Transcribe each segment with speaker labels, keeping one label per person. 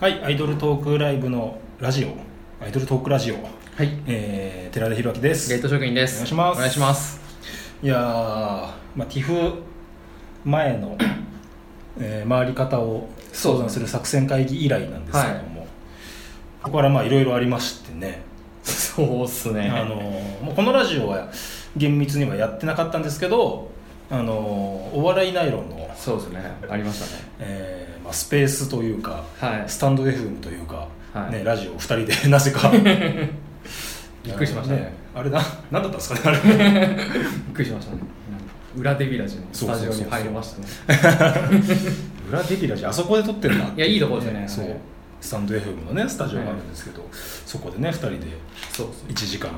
Speaker 1: はい、アイドルトークライブのラジオ、アイドルトークラジオ、
Speaker 2: はい
Speaker 1: えー、寺田裕明で
Speaker 2: ゲー
Speaker 1: す。
Speaker 2: ト職員で
Speaker 1: お
Speaker 2: す
Speaker 1: 願いします
Speaker 2: お願いします
Speaker 1: いやー、まあ、ティフ前の、えー回り方を相談する作戦会議以来なんですけども、ここからまあいろいろありましてね、
Speaker 2: そうっすね
Speaker 1: あのーもうこのラジオは厳密にはやってなかったんですけど、あのーお笑いナイロンの、
Speaker 2: そうですねありましたね
Speaker 1: えーまあ、スペースというか、
Speaker 2: はい
Speaker 1: スタンド FM というか、
Speaker 2: はい
Speaker 1: ね、ラジオ2人で なぜか
Speaker 2: びっくりしましたね
Speaker 1: あれな何だったんですかねあれ
Speaker 2: びっくりしましたね裏デビラジのスタジオ
Speaker 1: そうそうそう
Speaker 2: に
Speaker 1: そう
Speaker 2: 入りましたね
Speaker 1: 裏デビラジあそこで撮ってるない
Speaker 2: やいいとこですよね
Speaker 1: そうスタンド FM のねスタジオがあるんですけど、そこでね2人で
Speaker 2: そうっす
Speaker 1: 1
Speaker 2: ね
Speaker 1: 時間、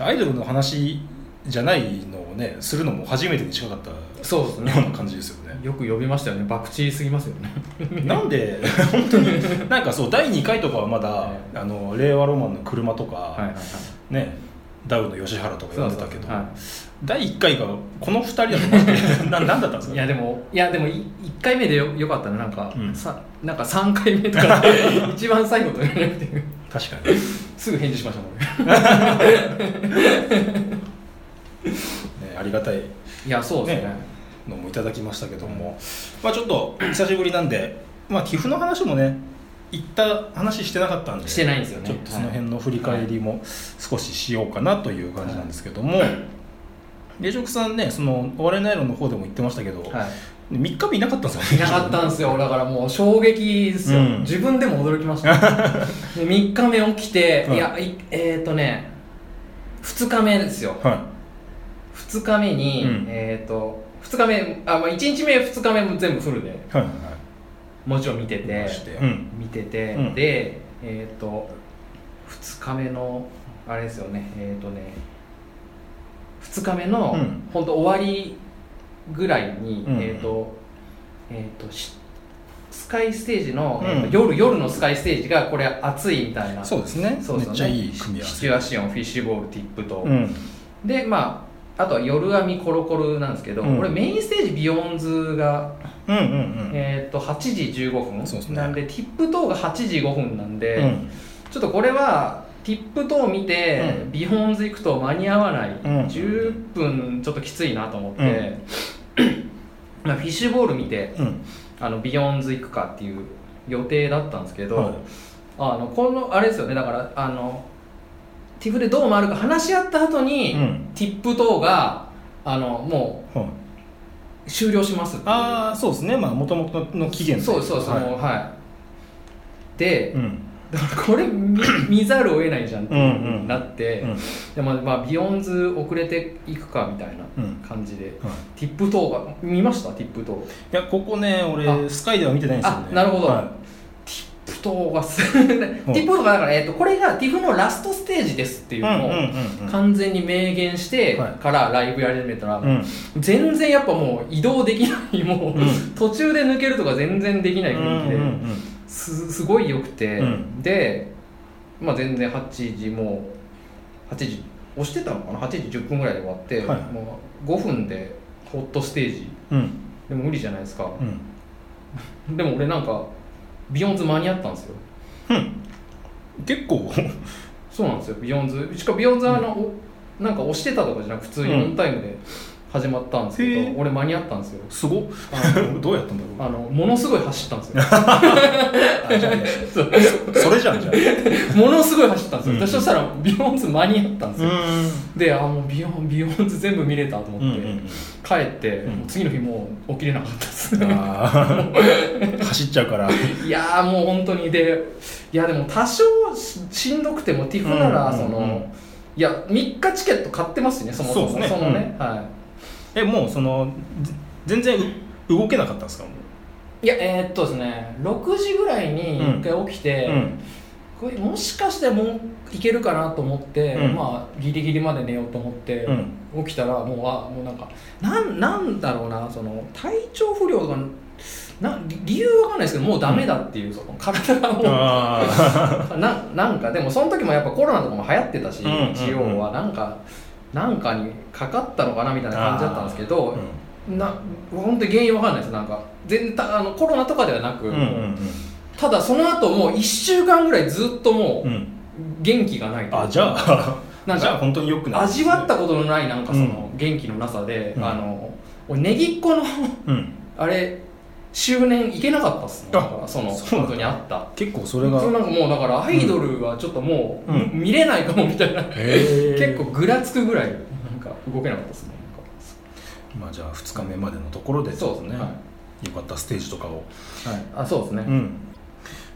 Speaker 2: は
Speaker 1: アイドルの話じゃないのをねするのも初めてに近かったよ
Speaker 2: いそうですね
Speaker 1: うな感じですよね
Speaker 2: よく呼びましたよね博打すぎますよね
Speaker 1: なんで本当になんかそう第2回とかはまだ、
Speaker 2: はい
Speaker 1: あの令和ロマンの車とか、
Speaker 2: はいはいはい
Speaker 1: ねダウの吉原とかやってたけど、
Speaker 2: は
Speaker 1: 第1回がこの2人だと思ってななんだったんです
Speaker 2: い
Speaker 1: か
Speaker 2: いやでもいやでもい一回目でよよかったねなんか、
Speaker 1: うん
Speaker 2: さなんか三回目とかで一番最後と言われて
Speaker 1: 確かに、ね、
Speaker 2: すぐ返事しましたもんね
Speaker 1: ありがたい
Speaker 2: いやそうですね
Speaker 1: ねのもいただきましたけども、まあ、ちょっと久しぶりなんで、まあ、寄付の話もね行った話してなかったんで
Speaker 2: してないんですよね
Speaker 1: ちょっとその辺の振り返りも少ししようかなという感じなんですけども、冷食さんねその「お笑いナイロン」の方でも言ってましたけど、
Speaker 2: はい
Speaker 1: 3日目いなかったんですよ
Speaker 2: い
Speaker 1: ね
Speaker 2: なかったんですよだからもう衝撃ですよ、
Speaker 1: うん
Speaker 2: 自分でも驚きました で3日目起きて、
Speaker 1: うん
Speaker 2: いやいえっ、ー、とね2日目ですよ
Speaker 1: は
Speaker 2: 2日目に、
Speaker 1: うん
Speaker 2: えっ、と2日目あ、まあ、1日目2日目も全部フルで
Speaker 1: いはいはい
Speaker 2: もちろん見てて
Speaker 1: してうん
Speaker 2: 見てて、
Speaker 1: うん
Speaker 2: でえっ、と2日目のあれですよねえっ、とね2日目の、
Speaker 1: うん
Speaker 2: ほんと終わりぐらいに、
Speaker 1: うん
Speaker 2: えっ、とえっ、としスカイステージの、
Speaker 1: うん
Speaker 2: えーと夜夜のスカイステージがこれ暑いみたいな
Speaker 1: そうですね
Speaker 2: そうで
Speaker 1: め
Speaker 2: すよ
Speaker 1: っ
Speaker 2: ね
Speaker 1: ちゃいい組み合わ
Speaker 2: シ
Speaker 1: せ
Speaker 2: チュアシオンフィッシュボールティップと、
Speaker 1: うん
Speaker 2: でまああとは夜編みコロコロなんですけど、
Speaker 1: うん
Speaker 2: これメインステージビヨーンズが
Speaker 1: うんうん
Speaker 2: えー、と8時
Speaker 1: そうです
Speaker 2: 15分
Speaker 1: ね
Speaker 2: なんでティップ等が8時5分なんで、
Speaker 1: うんうん
Speaker 2: ちょっとこれはティップ等を見て、
Speaker 1: うん
Speaker 2: ビホーンズ行くと間に合わない、
Speaker 1: ん
Speaker 2: 10分ちょっときついなと思って、 まあフィッシュボール見て
Speaker 1: うん
Speaker 2: あのビヨーンズ行くかっていう予定だったんですけど、
Speaker 1: はい
Speaker 2: あのこのあれですよねだからあのティフでどう回るか話し合った後に、
Speaker 1: うん
Speaker 2: ティップ等があのも
Speaker 1: はい、
Speaker 2: う終了しますっていう
Speaker 1: ああそうですねまあもともとの期限
Speaker 2: そうそうそう、
Speaker 1: は
Speaker 2: はいい、で、
Speaker 1: うん
Speaker 2: だからこれ見見ざるを得ないじゃんって
Speaker 1: うんうん
Speaker 2: なって、
Speaker 1: うん
Speaker 2: でまあまあビヨンズ遅れていくかみたいな
Speaker 1: うん
Speaker 2: 感じで、
Speaker 1: はい、
Speaker 2: ティップ等が見ましたティップ等
Speaker 1: いやここね俺
Speaker 2: あ
Speaker 1: スカイでは見てないんですよね
Speaker 2: あなるほど
Speaker 1: はい
Speaker 2: ティップ等が すティップ等がだから、えっとこれがティフのラストステージですっていう
Speaker 1: うんうん
Speaker 2: のを、
Speaker 1: うんうん
Speaker 2: 完全に明言して
Speaker 1: はい
Speaker 2: からライブやり始めたら、
Speaker 1: うん
Speaker 2: 全然やっぱもう移動できないもう、
Speaker 1: うん
Speaker 2: 途中で抜けるとか全然できない雰囲気で、
Speaker 1: うんうんうん
Speaker 2: すすごい良くて、
Speaker 1: うん
Speaker 2: で、まあ、全然8時もう8時押してたのかな8時10分ぐらいで終わって、
Speaker 1: はい
Speaker 2: もう5分でホットステージ
Speaker 1: うん
Speaker 2: でも無理じゃないですか、
Speaker 1: うん
Speaker 2: でも俺なんかビヨンズ間に合ったんですよ
Speaker 1: 結構
Speaker 2: そうなんですよビヨンズしかもビヨンズはあの、おなんか押してたとかじゃなく普通にオンタイムで始まったんですけ
Speaker 1: へ
Speaker 2: ど、
Speaker 1: ー
Speaker 2: 俺間に合ったんですよ
Speaker 1: すごっ
Speaker 2: あ
Speaker 1: どうやったんだろ
Speaker 2: のあのものすごい走ったんですよ
Speaker 1: うあじゃあねそそれじゃんじゃあ
Speaker 2: ものすごい走ったんですよ、
Speaker 1: うん
Speaker 2: そしたらビヨンズ間に合ったんです
Speaker 1: う
Speaker 2: よ、
Speaker 1: ん
Speaker 2: であもうビヨンビヨンズ全部見れたと思って、
Speaker 1: うんうん
Speaker 2: 帰って、
Speaker 1: ん
Speaker 2: もう次の日もう起きれなかったです
Speaker 1: うんあー走っちゃうから
Speaker 2: いやーもう本当にでいやでも多少ししんどくてもティフなら
Speaker 1: うん
Speaker 2: その、
Speaker 1: うんうん
Speaker 2: いや3日チケット買ってますしねそもそも
Speaker 1: そうですね
Speaker 2: のね、は
Speaker 1: えもうそのぜ全然う動けなかったんですかも
Speaker 2: いいやえーっとですね6時ぐらいに
Speaker 1: うん
Speaker 2: 1回起きて
Speaker 1: う、うん
Speaker 2: これもしかしてもういけるかなと思って、
Speaker 1: うん
Speaker 2: まあギリギリまで寝ようと思って、
Speaker 1: うん
Speaker 2: 起きたらもうあもうなんかなんなんだろうなその体調不良とかな理理由わかんないですけどもうダメだっていう、その体がもう
Speaker 1: あ
Speaker 2: ななんかでもその時もやっぱコロナとかも流行ってたし、
Speaker 1: うんうんうん
Speaker 2: 一応はなんかなんかにかかったのかなみたいな感じだったんですけ
Speaker 1: あ
Speaker 2: ど、な本当に原因わかんないですなんか全然たあのコロナとかではなく、
Speaker 1: うんうんうん
Speaker 2: ただその後もう1週間ぐらいずっとも
Speaker 1: う、
Speaker 2: うん元気がないと
Speaker 1: あじゃあ
Speaker 2: なん
Speaker 1: じゃあ
Speaker 2: か
Speaker 1: 本当によくないです
Speaker 2: 味
Speaker 1: ね
Speaker 2: わったことのないなんかそうの元気のなさで、
Speaker 1: うん
Speaker 2: あの俺ネギっ子の
Speaker 1: うん
Speaker 2: あれ周年行けなかったっすね
Speaker 1: あ
Speaker 2: だからその
Speaker 1: そうなんだ
Speaker 2: 本当にあった
Speaker 1: 結構そ
Speaker 2: そ
Speaker 1: れ
Speaker 2: れ
Speaker 1: が
Speaker 2: なんかもうだからアイドルはちょっともう、
Speaker 1: うん
Speaker 2: 見れないかもみたいな、
Speaker 1: へー
Speaker 2: 結構ぐらつくぐらいなんか動けなかったっすねなんか
Speaker 1: まあじゃあ2日目までのところで
Speaker 2: そうですねは
Speaker 1: よかったステージとかを
Speaker 2: い、はい、あそうですね、
Speaker 1: うん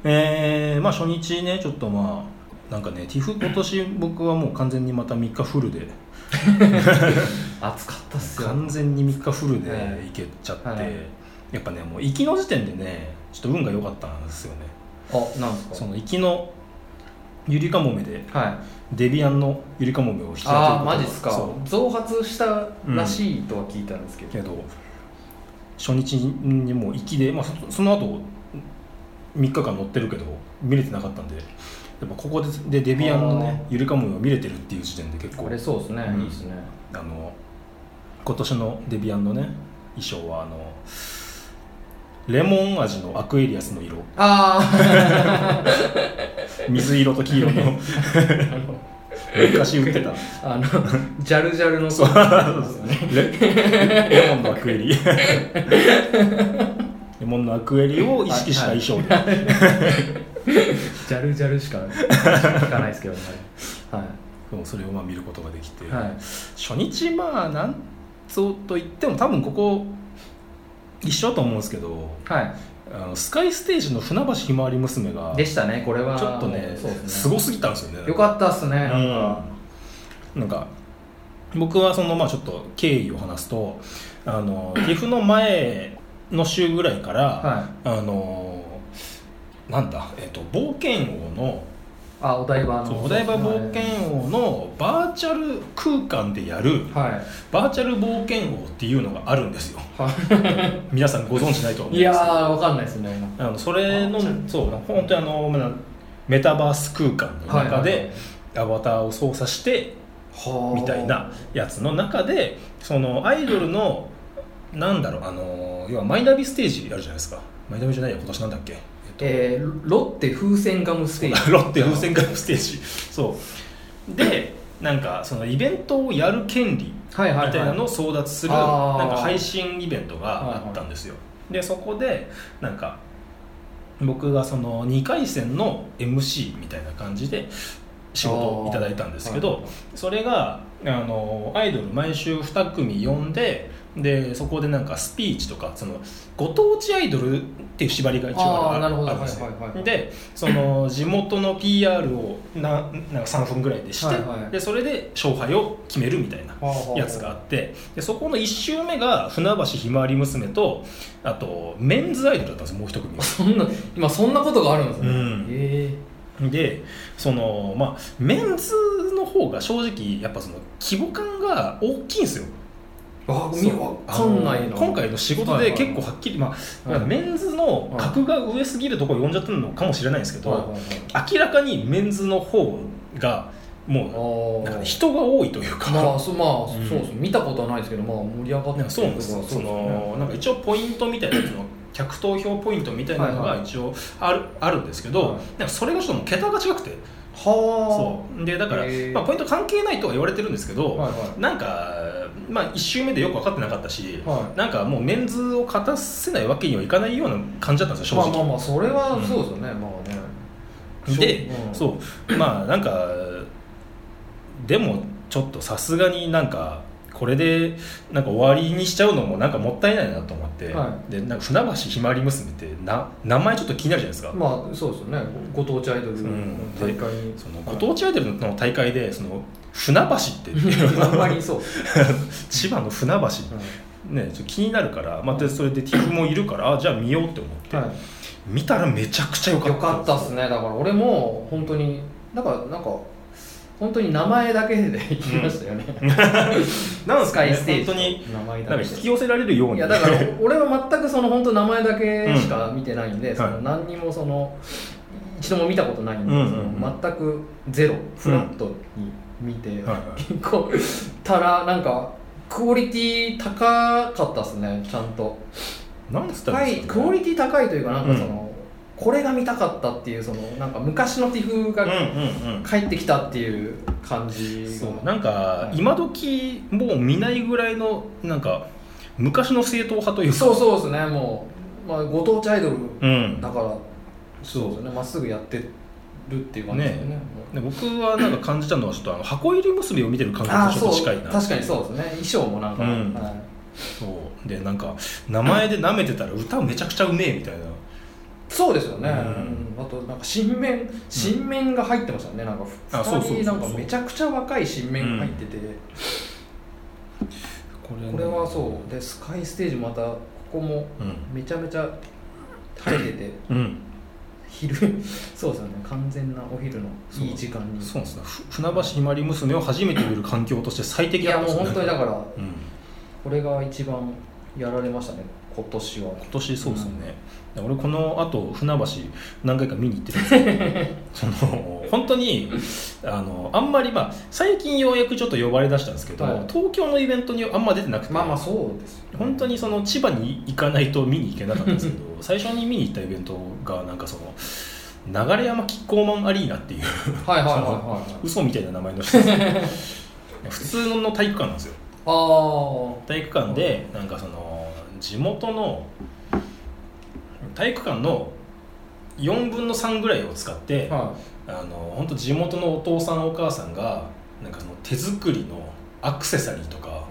Speaker 1: えーまあ初日ねちょっとまあなんかね TIFF 今年僕はもう完全にまた3日フルで
Speaker 2: 暑かったっすよ
Speaker 1: 完全に3日フルで
Speaker 2: はい
Speaker 1: 行けちゃって、
Speaker 2: はい
Speaker 1: やっぱねもう行きの時点でねちょっと運が良かったんですよね
Speaker 2: あなんです
Speaker 1: そ
Speaker 2: か
Speaker 1: の行きのゆりかもめで
Speaker 2: はい
Speaker 1: デビアンのゆりかもめを引き当てること
Speaker 2: あ
Speaker 1: が
Speaker 2: あマジっすか
Speaker 1: そう
Speaker 2: 増発したらしいとは聞いたんですけど、
Speaker 1: けど初日にもう行きで、まあ、そその後3日間乗ってるけど見れてなかったんでやっぱここででデビアンのねゆりかもめを見れてるっていう時点で結構
Speaker 2: これそうですね、
Speaker 1: うん
Speaker 2: いいですね
Speaker 1: あの今年のデビアンのね衣装はあのレモン味のアクエリアスの色
Speaker 2: あ
Speaker 1: 水色と黄色 の
Speaker 2: あ あの
Speaker 1: 昔売ってた
Speaker 2: あの、ジャル ジャルの
Speaker 1: そう
Speaker 2: そうですね。
Speaker 1: レレモンのアクエリ レモンのアクエリを意識した衣装で
Speaker 2: ジャルジャルしか聞かないですけどね。はい。
Speaker 1: そうそれをまあ見ることができて、
Speaker 2: はい。
Speaker 1: 初日まあなんそうと言っても多分ここ一緒だと思うんですけど
Speaker 2: は
Speaker 1: あのスカイステージの船橋ひまわり娘が
Speaker 2: い。で
Speaker 1: ち
Speaker 2: したね、これは。
Speaker 1: ょっとね
Speaker 2: そうです
Speaker 1: ごすぎたんですよね
Speaker 2: よかったっすね。
Speaker 1: た
Speaker 2: なんか
Speaker 1: うん、なんか僕はそのまあちょっと経緯を話すとあの TIFF の前の週ぐらいから、
Speaker 2: はい。
Speaker 1: あのなんだ、えっと冒険王の
Speaker 2: あ、お台場の。
Speaker 1: お台場冒険王のバーチャル空間でやる
Speaker 2: はい。
Speaker 1: バーチャル冒険王っていうのがあるんですよ
Speaker 2: は
Speaker 1: 皆さんご存知ないと思
Speaker 2: い。
Speaker 1: い
Speaker 2: いや
Speaker 1: ます
Speaker 2: ー、わかんないですね。今
Speaker 1: あのそれの
Speaker 2: バーチャル
Speaker 1: そう本当にあのまあメタバース空間の中で、アバターを操作して
Speaker 2: は
Speaker 1: みたい。なやつの中でそのアイドルのなんだろうあの要はマイナビステージあるじゃないですかマイナビじゃないよ今年なんだっけ
Speaker 2: えー、ロッテ風船ガム ステージ。
Speaker 1: ロッテ風船ガムステージそうでなんかそのイベントをやる権利
Speaker 2: はいはい、はい。
Speaker 1: みたいなのを争奪するなん
Speaker 2: あー
Speaker 1: か配信イベントがあったんですよ、でそこでなんか僕がその2回戦の MC みたいな感じで仕事をいただいたんですけど、
Speaker 2: はい
Speaker 1: それがあのアイドル毎週2組呼んででそこでなんかスピーチとかそのご当地アイドルっていう縛りが一応あ
Speaker 2: あー
Speaker 1: る
Speaker 2: なるほど
Speaker 1: あんですよ、
Speaker 2: はいはいはい
Speaker 1: でその地元の PR をななんか3分ぐらいでして、
Speaker 2: はいはい
Speaker 1: でそれで勝敗を決めるみたいな
Speaker 2: はあはあ
Speaker 1: やつがあってでそこの1周目が船橋ひまわり娘とあとメンズアイドルだったんですよもう一組
Speaker 2: そんな、今そんなことがあるんですね。
Speaker 1: うん
Speaker 2: え
Speaker 1: でそのまあメンズの方が正直やっぱその規模感が大きいんですよ
Speaker 2: ー。あ、
Speaker 1: そ
Speaker 2: み
Speaker 1: う
Speaker 2: わかんないな。
Speaker 1: 今回の仕事
Speaker 2: はい
Speaker 1: で
Speaker 2: はいは
Speaker 1: 結
Speaker 2: い
Speaker 1: 構はっきり、まあ、
Speaker 2: はい
Speaker 1: メンズの格が上すぎるところ呼んじゃったのかもしれないんですけど、
Speaker 2: はいはいはい
Speaker 1: 明らかにメンズの方がもうな
Speaker 2: あ
Speaker 1: んかね
Speaker 2: ー
Speaker 1: 人が多いというか、
Speaker 2: まあそうまあ、
Speaker 1: うん
Speaker 2: そうです見たことはないですけどまあ盛り上がって
Speaker 1: なん
Speaker 2: る
Speaker 1: かそうなんですよ
Speaker 2: と
Speaker 1: そ
Speaker 2: ころは
Speaker 1: のなんか一応ポイントみたいなやつの客投票ポイントみたいなのが
Speaker 2: はいは
Speaker 1: 一応ある,、あるんですけど、
Speaker 2: はい
Speaker 1: なんかそれがちょっともう桁が違くて
Speaker 2: は
Speaker 1: そうでだから、
Speaker 2: へー
Speaker 1: まあ、ポイント関係ないとは言われてるんですけ
Speaker 2: あ
Speaker 1: ど、
Speaker 2: はいは
Speaker 1: なんか、まあ、1周目でよく分かってなかったし、
Speaker 2: いは
Speaker 1: なんかもうメンズを勝たせないわけにはいかないような感じだったんです
Speaker 2: い
Speaker 1: よ正直、
Speaker 2: まあまあまあそれはそうですよね、まあね
Speaker 1: で、
Speaker 2: うん
Speaker 1: そうまあなんかでもちょっとさすがになんかこれでなんか終わりにしちゃうのもなんかもったいないなと思って、
Speaker 2: は
Speaker 1: でなんか船橋ひまわり娘ってな名前ちょっと気になるじゃないですか、
Speaker 2: まあそうですよねご当地アイドルの大会に、
Speaker 1: そのご当地アイドルの大会でその船橋って
Speaker 2: 地 あんまりそう、
Speaker 1: 千葉の船橋ねちょっと気になるからまた、でそれで TIFF もいるからあじゃあ見ようって思って、
Speaker 2: は
Speaker 1: 見たらめちゃくちゃ良
Speaker 2: い、
Speaker 1: か
Speaker 2: よ
Speaker 1: った
Speaker 2: かったっすねだから俺も本当にだからなんか本当に名前だけで行きましたよね、
Speaker 1: なんです
Speaker 2: ス
Speaker 1: か
Speaker 2: カ
Speaker 1: ね
Speaker 2: イステージ
Speaker 1: 本当に
Speaker 2: 名前
Speaker 1: な
Speaker 2: だ
Speaker 1: んか
Speaker 2: け
Speaker 1: 引
Speaker 2: で
Speaker 1: き寄せられるように
Speaker 2: いやだから俺は全くその本当名前だけしか見てないんで、
Speaker 1: ん
Speaker 2: そ
Speaker 1: は
Speaker 2: の
Speaker 1: い
Speaker 2: 何にもその一度も見たことないんで、
Speaker 1: うんうん
Speaker 2: その全くゼロフラットに見て、
Speaker 1: はいはい
Speaker 2: 結構たらなんかクオリティ高かったですねちゃんと
Speaker 1: なんつったら
Speaker 2: はい
Speaker 1: いんですか
Speaker 2: ク
Speaker 1: ね
Speaker 2: オリティ高いというかなんかその、これが見たかったっていうそのなんか昔の TIFF
Speaker 1: うん
Speaker 2: が
Speaker 1: うんうん
Speaker 2: 帰ってきたっていう感じが
Speaker 1: そうなんか
Speaker 2: うん
Speaker 1: 今時もう見ないぐらいのなんか昔の正統派というか
Speaker 2: そうそうですねもう、まあ、ご当地アイドル
Speaker 1: うん
Speaker 2: だから
Speaker 1: そう
Speaker 2: そうですねまっすぐやってるっていう感じですよね
Speaker 1: ねで僕はなんか感じたのはちょっとあの箱入り結びを見てる感覚とちょっと近いな
Speaker 2: 確かにそうですね衣装もなんか、
Speaker 1: うん
Speaker 2: はい
Speaker 1: そうでなんか名前で舐めてたら歌めちゃくちゃうめえみたいな
Speaker 2: そうですよね、
Speaker 1: うん
Speaker 2: うんあとなんか新面新面が入ってましたねなんか
Speaker 1: あそうそうそう
Speaker 2: 2人なんかめちゃくちゃ若い新面が入ってて、
Speaker 1: これ,、
Speaker 2: これはそうでスカイステージまたここも
Speaker 1: うん
Speaker 2: めちゃめちゃ晴れ てて
Speaker 1: うん
Speaker 2: 昼そうですよね完全なお昼のいい時間に
Speaker 1: そうなんですねふ船橋ひまり娘を初めて見る環境として最
Speaker 2: い
Speaker 1: 適
Speaker 2: や
Speaker 1: だ
Speaker 2: もう本当にだから
Speaker 1: うん、
Speaker 2: これが一番やられましたね今年は
Speaker 1: 今年そうですよね、俺このあと船橋何回か見に行ってるんですけ どその本当にあのあんまりまあ最近ようやくちょっと呼ばれだしたんですけど、
Speaker 2: はい
Speaker 1: 東京のイベントにあんま出てなくて、
Speaker 2: まあまあそうですよね
Speaker 1: 本当にその千葉に行かないと見に行けなかったんです けど最初に見に行ったイベントがなんかその流山キッコーマンアリーナっていう
Speaker 2: はいはいはいはいはい
Speaker 1: 嘘みたいな名前の人 普通の体育館なんですよ
Speaker 2: ああ
Speaker 1: 体育館でなんかその地元の体育館の4分の3ぐらいを使って、
Speaker 2: は
Speaker 1: あの本当地元のお父さんお母さんがなんかその手作りのアクセサリーとか
Speaker 2: い、ああ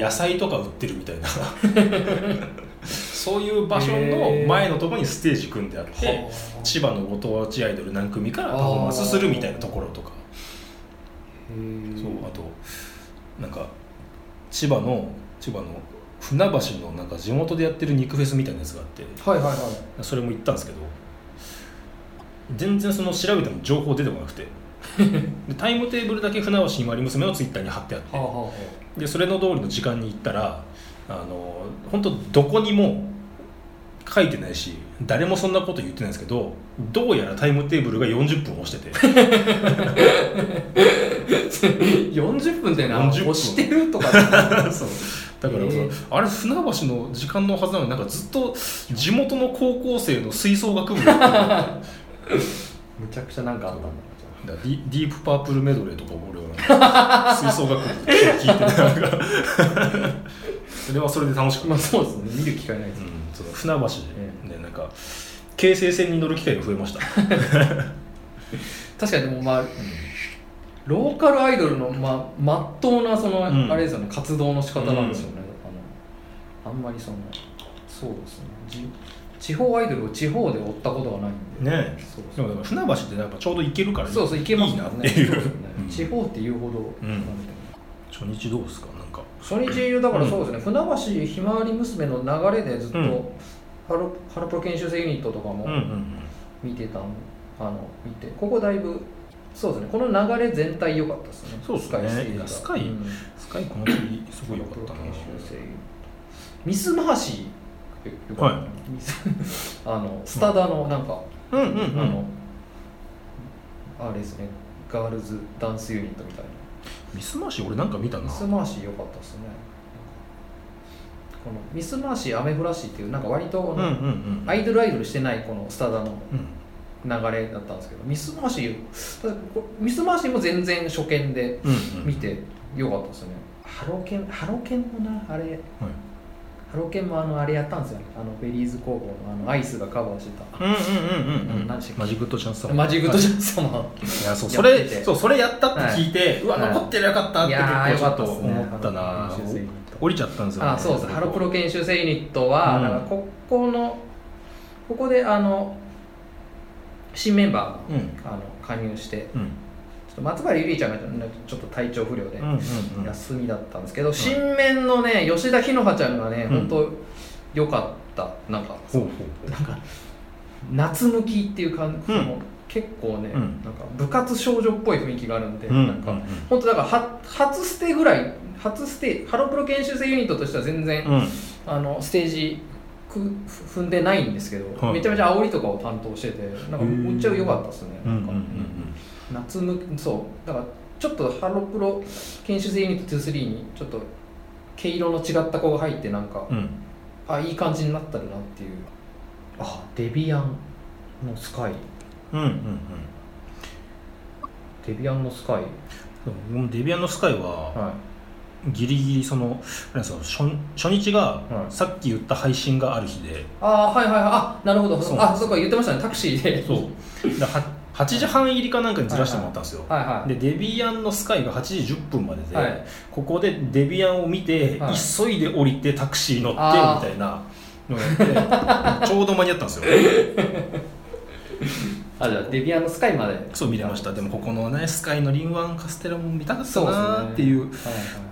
Speaker 1: 野菜とか売ってるみたい なそういう場所の前のところにステージ組んであって
Speaker 2: はあ
Speaker 1: 千葉のご当地アイドル何組からパフォーマンスするみたいなところとか
Speaker 2: へえ
Speaker 1: そうあとなんか千葉の千葉の船橋のなんか地元でやってる肉フェスみたいなやつがあって
Speaker 2: はいはいはい
Speaker 1: それも行ったんですけど全然その調べても情報出てこなくて でタイムテーブルだけ船橋ひまわり娘をツイッターに貼ってあって
Speaker 2: はあ、は
Speaker 1: でそれの通りの時間に行ったらあの本当どこにも書いてないし誰もそんなこと言ってないんですけどどうやらタイムテーブルが40分押してて
Speaker 2: あ、40分でな
Speaker 1: 40分
Speaker 2: 押してるとかって
Speaker 1: そうだから、
Speaker 2: へえ
Speaker 1: あれ船橋の時間のはずなのになんかずっと地元の高校生の吹奏 楽部だっただか
Speaker 2: むちゃくちゃなんかあったんだ
Speaker 1: らディディープパープルメドレーとか俺は吹奏楽部で聞いてたなんかそれはそれで楽しく
Speaker 2: まあそうですね見る機会ないです、
Speaker 1: うん、その船橋で、ねなんか京成線に乗る機会が増えました、
Speaker 2: 確かにでもまあローカルアイドルのまあ真っ当なその、
Speaker 1: うん
Speaker 2: あれですよね活動の仕方なんですよね、あのあんまりそのそうですねじ地方アイドルを地方で追ったことがないんで
Speaker 1: ねえ
Speaker 2: そう
Speaker 1: で
Speaker 2: そ
Speaker 1: も
Speaker 2: う
Speaker 1: だから船橋ってやっぱちょうど行けるからね
Speaker 2: そうそういけます
Speaker 1: いい
Speaker 2: も
Speaker 1: なっ
Speaker 2: ん
Speaker 1: て
Speaker 2: ね
Speaker 1: いう
Speaker 2: そうですね
Speaker 1: うん
Speaker 2: 地方っていうほどなん
Speaker 1: うん
Speaker 2: で、
Speaker 1: 初日どうですかなんか
Speaker 2: 初日だからそうですね、船橋ひまわり娘の流れでずっと、
Speaker 1: うん
Speaker 2: ハロハロプロ研修生ユニットとかも
Speaker 1: うんうん
Speaker 2: 見てたの,、あの見てここだいぶそうですねこの流れ全体良かったですね
Speaker 1: そうっすね
Speaker 2: スカイステージが
Speaker 1: スカイ
Speaker 2: うん
Speaker 1: スカイこの時すごい良かったな
Speaker 2: ハロプロ研修生ユニットミスマハシよかった
Speaker 1: は
Speaker 2: ミス あのスタダのなんか、
Speaker 1: うんうん
Speaker 2: あ
Speaker 1: うん
Speaker 2: のあれですねガールズダンスユニットみたいな
Speaker 1: ミスマシ俺なんか見た
Speaker 2: ミ
Speaker 1: な
Speaker 2: ス回し良かったですねこのミス回しアメフラシっていうなんか割と
Speaker 1: うんうんうん
Speaker 2: アイドルアイドルしてないこのスタダ
Speaker 1: う
Speaker 2: の
Speaker 1: ん
Speaker 2: 流れだったんですけどミス回しミス回しも全然初見で
Speaker 1: うんう
Speaker 2: 見
Speaker 1: ん
Speaker 2: て良かったですねハロケンハロケンもなあれ、ハロケンもあのあれやったんですよねあのベリーズ工房のあのアイスがカバーしてた
Speaker 1: うんうんうんうんうん
Speaker 2: 何でしたっけ
Speaker 1: マジックとチャンスさん
Speaker 2: マジックとジャン様、
Speaker 1: いやそう
Speaker 2: や
Speaker 1: そ
Speaker 2: って
Speaker 1: れ
Speaker 2: て
Speaker 1: そうそれやったって聞いて、うわ
Speaker 2: はい
Speaker 1: 残ってりゃよかったっ
Speaker 2: い
Speaker 1: て
Speaker 2: やー
Speaker 1: 結
Speaker 2: よか
Speaker 1: 構
Speaker 2: っ
Speaker 1: ち
Speaker 2: た
Speaker 1: ょ
Speaker 2: っ
Speaker 1: っと
Speaker 2: すね
Speaker 1: 思ったな
Speaker 2: ハロプロ研修生ユニット
Speaker 1: 降りちゃったんですよ、ね、
Speaker 2: あそうですハロプロ研修生ユニットは、
Speaker 1: うん
Speaker 2: だからここのここであの新メンバーが
Speaker 1: うん
Speaker 2: あの加入してちょ
Speaker 1: うん
Speaker 2: っと松原ゆりちゃんがちょっと体調不良で
Speaker 1: うんうんうん
Speaker 2: 休みだったんですけど、新面のね吉田ひのはちゃんがね、
Speaker 1: うん
Speaker 2: 本当良かったなんか
Speaker 1: ほうほう
Speaker 2: なんか夏向きっていう感じ、
Speaker 1: うん
Speaker 2: その結構ね、
Speaker 1: うん
Speaker 2: なんか部活少女っぽい雰囲気があるんで、
Speaker 1: うん
Speaker 2: なんか
Speaker 1: うんうん
Speaker 2: 本当だからは初ステぐらい初ステハロプロ研修生ユニットとしては全然、
Speaker 1: うん
Speaker 2: あのステージく踏んでないんですけど、
Speaker 1: はい
Speaker 2: めちゃめちゃ煽りとかを担当しててなんか
Speaker 1: うん
Speaker 2: めっちゃ良かったですね、
Speaker 1: うんうん
Speaker 2: な
Speaker 1: うん
Speaker 2: か
Speaker 1: ん
Speaker 2: 夏向きそうだからちょっとハロプロ研修生ユニット23にちょっと毛色の違った子が入ってなんか、
Speaker 1: うんうん
Speaker 2: あいい感じになったるなっていうあデビアンのスカイ
Speaker 1: うんうんうん
Speaker 2: デビアンのスカイ
Speaker 1: そう僕もデビアンのスカイは
Speaker 2: は
Speaker 1: ギリギリそのあれなんですよ初初日が
Speaker 2: はい
Speaker 1: さっき言った配信がある日で、
Speaker 2: いああはいはいはいあなるほど
Speaker 1: そう
Speaker 2: あそうか言ってましたねタクシーで
Speaker 1: そうだからは8時半入りかなんかにずらしてもらったんですよ、
Speaker 2: はいはい
Speaker 1: でデビアンのスカイが8時10分までで、
Speaker 2: はい
Speaker 1: ここでデビアンを見て、
Speaker 2: はい
Speaker 1: 急いで降りてタクシー乗ってみ
Speaker 2: あー
Speaker 1: たいなのやってちょうど間に合ったん ですよ
Speaker 2: あじゃあデビアンのスカイまで
Speaker 1: そう見れましたでもここのねスカイのリンワンカステラも見たかった
Speaker 2: そうですね
Speaker 1: なっていう
Speaker 2: はいは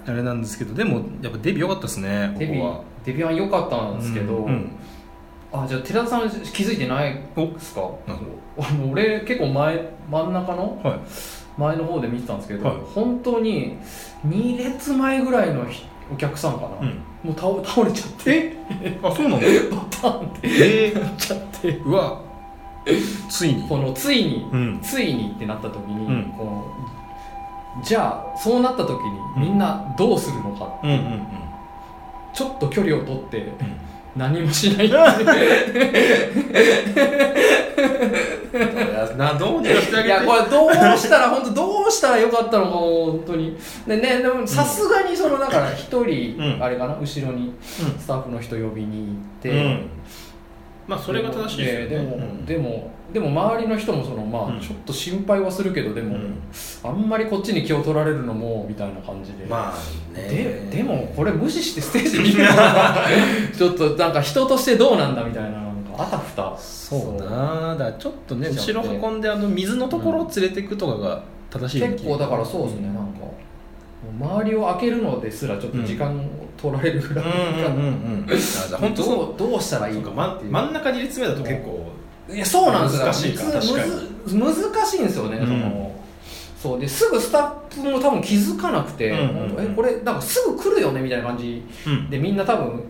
Speaker 1: あれなんですけどでもやっぱデビュー良かったですね
Speaker 2: い
Speaker 1: こ
Speaker 2: デビ
Speaker 1: こは
Speaker 2: デビアン良かったんですけど、
Speaker 1: うんうん
Speaker 2: あじゃあ寺田さん気づいてないですか
Speaker 1: なんか
Speaker 2: あの俺結構前真ん中の
Speaker 1: はい
Speaker 2: 前の方で見てたんですけど、
Speaker 1: はい
Speaker 2: 本当に2列前ぐらいのひお客さんかな、
Speaker 1: うん
Speaker 2: もう倒倒れちゃって
Speaker 1: あそうなんだ
Speaker 2: パターンって
Speaker 1: え ー
Speaker 2: なっちゃって
Speaker 1: うわついに
Speaker 2: このついに、
Speaker 1: うん
Speaker 2: ついにってなった時に、
Speaker 1: うん
Speaker 2: このじゃあそうなった時にみんなどうするのか、
Speaker 1: うんうんうん
Speaker 2: ちょっと距離を取って
Speaker 1: うん
Speaker 2: 何もしないっていう
Speaker 1: などうにかしてあ
Speaker 2: い
Speaker 1: げ
Speaker 2: や
Speaker 1: て
Speaker 2: これどうしたら本当どうしたらよかったのか本当にでねでもさすがにそのだから一人、
Speaker 1: うん
Speaker 2: あれかな後ろにスタッフの人呼びに行って、
Speaker 1: うんまあそれが正しいですよね
Speaker 2: でも、
Speaker 1: うん
Speaker 2: でもでも周りの人もそのまあ、
Speaker 1: うん
Speaker 2: ちょっと心配はするけどでも、
Speaker 1: うん
Speaker 2: あんまりこっちに気を取られるのもみたいな感じで、
Speaker 1: まあね
Speaker 2: ででもこれ無視してステージに行くの はちょっとなんか人としてどうなんだみたいななんかあたふた
Speaker 1: そうなだからちょっとね
Speaker 2: しち
Speaker 1: 後
Speaker 2: ゃっ
Speaker 1: ろ
Speaker 2: て
Speaker 1: 運んであの水のところを連れていくとかが正しいような気
Speaker 2: 結構だからそうですねなんか周りを開けるのですらちょっと時間を取られるぐ
Speaker 1: う
Speaker 2: らい、
Speaker 1: んうんうんうんあじゃあ
Speaker 2: 本
Speaker 1: 本当
Speaker 2: 当
Speaker 1: そう
Speaker 2: どうどうしたらい
Speaker 1: そ
Speaker 2: いう
Speaker 1: か
Speaker 2: の
Speaker 1: ま
Speaker 2: かっていう
Speaker 1: 真ん中に列目だと結構
Speaker 2: いやそうなんですよ
Speaker 1: 難しいか
Speaker 2: むず
Speaker 1: 確か
Speaker 2: むず難しいんですよね、
Speaker 1: うん
Speaker 2: そのそうですぐスタッフも多分気づかなくて、
Speaker 1: うんうんうん
Speaker 2: 本当えこれなんかすぐ来るよねみたいな感じ
Speaker 1: うん
Speaker 2: でみんな多分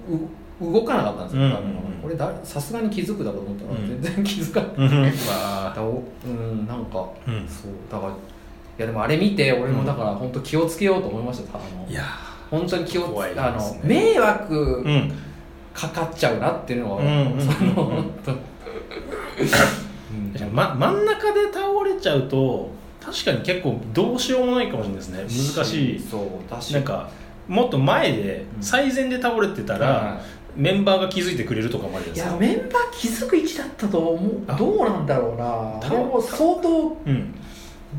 Speaker 2: う動かなかったんですよ、
Speaker 1: うん
Speaker 2: 多分
Speaker 1: うん
Speaker 2: これださすがに気づくだろうと思ったら、
Speaker 1: うん
Speaker 2: 全然気づかなか
Speaker 1: うん
Speaker 2: ったおうんなんか
Speaker 1: うん
Speaker 2: そうだからいやでもあれ見て俺もだから本当気をつけようと思いましたあの
Speaker 1: いや
Speaker 2: 本当に気をつ
Speaker 1: 怖いですね
Speaker 2: あの迷
Speaker 1: ー
Speaker 2: 惑
Speaker 1: うん
Speaker 2: かかっちゃうなっていうのは、
Speaker 1: うんうんうんうん
Speaker 2: その本当うん
Speaker 1: 確かにま、真ん中で倒れちゃうと確かに結構どうしようもないかもしれないですね難しい
Speaker 2: そう確
Speaker 1: なんかもっと前で
Speaker 2: うん
Speaker 1: 最前で倒れてたら、メンバーが気づいてくれるとかまでで
Speaker 2: い
Speaker 1: す
Speaker 2: や
Speaker 1: よ
Speaker 2: メンバー気づく位置だったと思う
Speaker 1: あ
Speaker 2: どうなんだろうな
Speaker 1: た
Speaker 2: でも相当
Speaker 1: うん、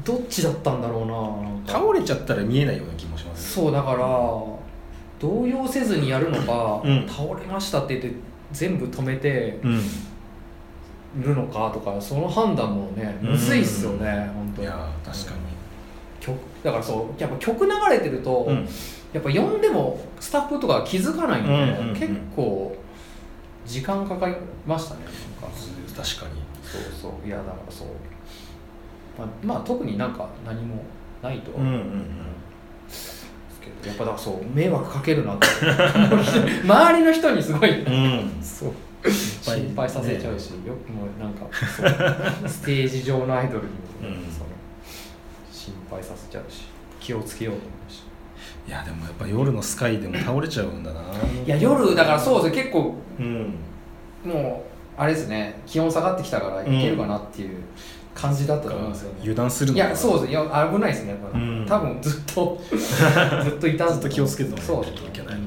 Speaker 2: どっちだったんだろうななんか
Speaker 1: 倒れちゃったら見えないような気もします
Speaker 2: そうだから動揺せずにやるのか、
Speaker 1: うん
Speaker 2: 倒れましたって言って全部止めて
Speaker 1: うん
Speaker 2: るのかとかその判断もねむずいっすよね、本当
Speaker 1: い
Speaker 2: に
Speaker 1: やー確か
Speaker 2: 曲だからそうやっぱ曲流れてると、
Speaker 1: に、うん、
Speaker 2: やっぱ呼んでもスタッフとかは気づかないんで、
Speaker 1: うんうんうん
Speaker 2: 結構時間かかりましたねなんか
Speaker 1: 確かに
Speaker 2: そうそういやだからそうまあ、まあ、特になんか何もないとは
Speaker 1: うん
Speaker 2: 思
Speaker 1: う
Speaker 2: うん
Speaker 1: ん
Speaker 2: ですけど、やっぱだからそう迷惑かけるなって 周りの人にすごい
Speaker 1: うん
Speaker 2: そう
Speaker 1: 心配
Speaker 2: 心配させちゃうし、よくもうなんかそうステージ上のアイドルにも、
Speaker 1: うん
Speaker 2: その心配させちゃうし気をつけようと思うし
Speaker 1: いやでもやっぱ夜のスカイでも倒れちゃうんだない
Speaker 2: や夜だからそうですね結構
Speaker 1: うん
Speaker 2: もうあれですね気温下がってきたからいけるかなっていう感じだったと思うんですよね、
Speaker 1: 油断する
Speaker 2: い
Speaker 1: のかな
Speaker 2: やそうですいや危ないですねやっぱ、
Speaker 1: うん
Speaker 2: 多分ずっ とずっといたんだ
Speaker 1: ず
Speaker 2: と思う
Speaker 1: っと気をつけてもら
Speaker 2: そう
Speaker 1: わないといけない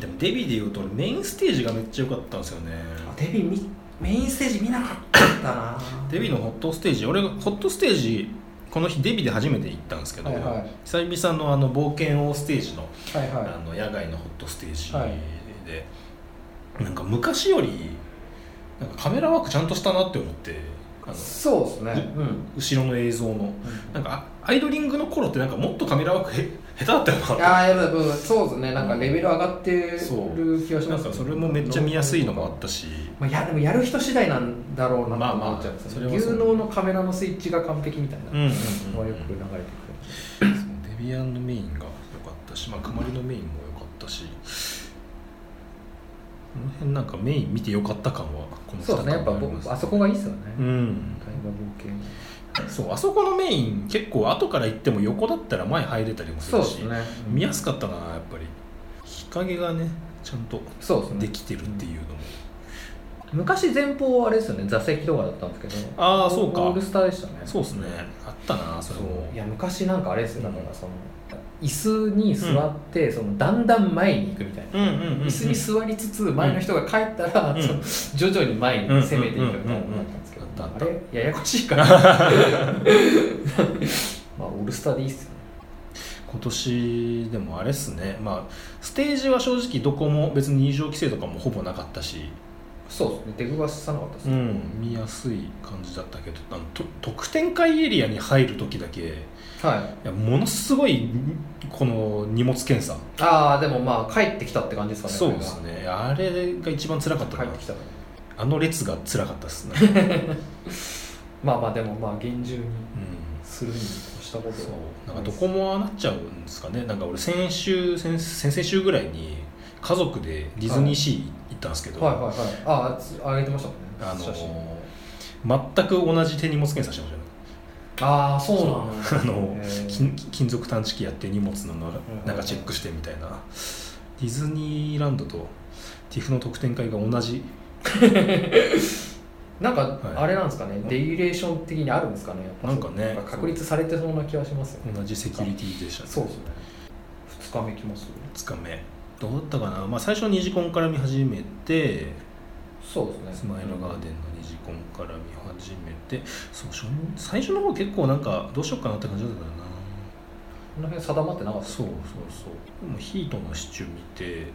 Speaker 1: でもデビでいうとメインステージがめっちゃ良かったんですよね
Speaker 2: あデビみメインステージ見なかったな
Speaker 1: デビのホットステージ俺がホットステージこの日デビで初めて行ったんですけど、
Speaker 2: はいはい
Speaker 1: 久々のあの冒険王ステージの
Speaker 2: はいはい
Speaker 1: あの野外のホットステージで、
Speaker 2: は
Speaker 1: なんか昔よりなんかカメラワークちゃんとしたなって思ってあの
Speaker 2: そうですねうん、
Speaker 1: 後ろの映像のなんかあアイドリングの頃ってなんかもっとカメラワークへ下手だったよ
Speaker 2: い
Speaker 1: な
Speaker 2: やーやっぱそうですねなんかレベル上がってる気がし
Speaker 1: な
Speaker 2: ま
Speaker 1: ん
Speaker 2: す
Speaker 1: かそれもめっちゃ見やすいのもあったし
Speaker 2: まあ、いやでもやる人次第なんだろうな
Speaker 1: まあ
Speaker 2: と
Speaker 1: まあ
Speaker 2: 思っちゃうんですよね、
Speaker 1: それはそう
Speaker 2: 牛脳のカメラのスイッチが完璧みたいな
Speaker 1: うんうん
Speaker 2: の
Speaker 1: う
Speaker 2: が
Speaker 1: ん
Speaker 2: よく流れてくる、
Speaker 1: そうデビアンのメインが良かったし、まあ、くまりのメインも良かったしこの辺なんかメイン見て良かった感はこの
Speaker 2: そうですねやっぱぼあそこがいいですよね、
Speaker 1: うん
Speaker 2: 大河冒険
Speaker 1: そうあそこのメイン結構後から行っても横だったら前入れたりもす
Speaker 2: そう
Speaker 1: る
Speaker 2: で
Speaker 1: し、
Speaker 2: すね
Speaker 1: 見やすかったなやっぱり日陰がねちゃんと
Speaker 2: そうですね
Speaker 1: できてるっていうのも、
Speaker 2: 昔前方はあれですよね座席とかだったんですけど
Speaker 1: ああそう
Speaker 2: オ
Speaker 1: か
Speaker 2: ールスターでしたね
Speaker 1: そうですねあったなそれも
Speaker 2: いや昔なんかあれですよだからその椅子に座って、そのだんだん前に行くみたいな、
Speaker 1: うんうんうんうん
Speaker 2: 椅子に座りつつ前の人が帰ったら、
Speaker 1: うん
Speaker 2: その徐々に前に攻めていくみたいなのだったんですけど、
Speaker 1: うんうんうんうん
Speaker 2: あれややこしい からまあオールスターでいいっすよね
Speaker 1: 今年でもあれっすねまあステージは正直どこも別に入場規制とかもほぼなかったし
Speaker 2: そうですね出くわしさなかったです
Speaker 1: う
Speaker 2: ね、
Speaker 1: ん見やすい感じだったけどあのと特典会エリアに入る時だけい
Speaker 2: はい
Speaker 1: やものすごいこの荷物検査
Speaker 2: ああでもまあ帰ってきたって感じですかね
Speaker 1: そうですねあれが一番辛かった
Speaker 2: 帰
Speaker 1: か
Speaker 2: っ
Speaker 1: な
Speaker 2: てきたから
Speaker 1: あの列が辛かったっすね、
Speaker 2: まあまあでもまあ厳重
Speaker 1: う
Speaker 2: に
Speaker 1: ん
Speaker 2: するに越したことは
Speaker 1: そうなんかどこもああなっちゃうんですかねなんか俺先週先先々週ぐらいに家族でディズニーシー行ったんですけど、
Speaker 2: はいはいはいああつあげてましたもんね
Speaker 1: あ
Speaker 2: 写真
Speaker 1: の全く同じ手荷物検査してましたよね
Speaker 2: ああそうなんだ
Speaker 1: あの
Speaker 2: へー
Speaker 1: 金金属探知機やって荷物のな
Speaker 2: うん
Speaker 1: なんかチェックしてみたいなディズニーランドとティフの特典会が同じ
Speaker 2: なんか
Speaker 1: い
Speaker 2: あれなんですかね、デイレーション的にあるんですかねやっぱ
Speaker 1: なんかね
Speaker 2: やっぱ確立されてそうな気はしますよね
Speaker 1: 同じセキュリティでしたね
Speaker 2: そうですね2日目来ます
Speaker 1: 2日目どうだったかな、まあ、最初二次コンから見始めて
Speaker 2: そうです
Speaker 1: ス
Speaker 2: ね
Speaker 1: マイルガーデンの二次コンから見始めてそう初最初の方結構なんかどうしようかなって感じだったよな
Speaker 2: この辺定まってなかった
Speaker 1: そうそうそうでもヒートのシチュー見て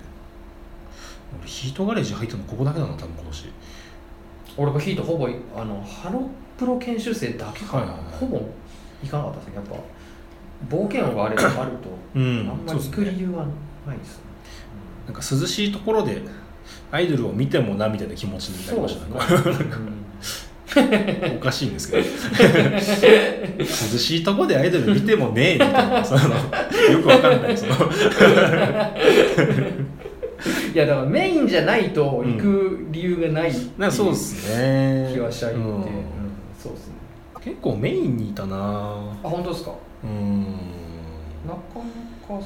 Speaker 1: 俺ヒートガレージ入ったのここだけだな多分今年
Speaker 2: 俺もヒートほぼいあのハロプロ研修生だけかな、
Speaker 1: はいはいはい
Speaker 2: ほぼ行かなかったですねやっぱ冒険王があれあると
Speaker 1: う
Speaker 2: あん
Speaker 1: ん
Speaker 2: ま
Speaker 1: そう
Speaker 2: り
Speaker 1: です
Speaker 2: 行く
Speaker 1: ね
Speaker 2: 理由はないですね
Speaker 1: なんか涼しいところでアイドルを見てもなみたいな気持ちになりましたね
Speaker 2: そうですね、うん
Speaker 1: おかしいんですけど涼しいとこでアイドル見てもねえみたいなそのよくわかんないその
Speaker 2: いやだからメインじゃないと行く理由がないってい
Speaker 1: なんかそうですね
Speaker 2: 気はしちゃいって、
Speaker 1: う
Speaker 2: うん
Speaker 1: ん
Speaker 2: そうですね
Speaker 1: 結構メインにいたな
Speaker 2: あ本当ですか
Speaker 1: うん
Speaker 2: なかなか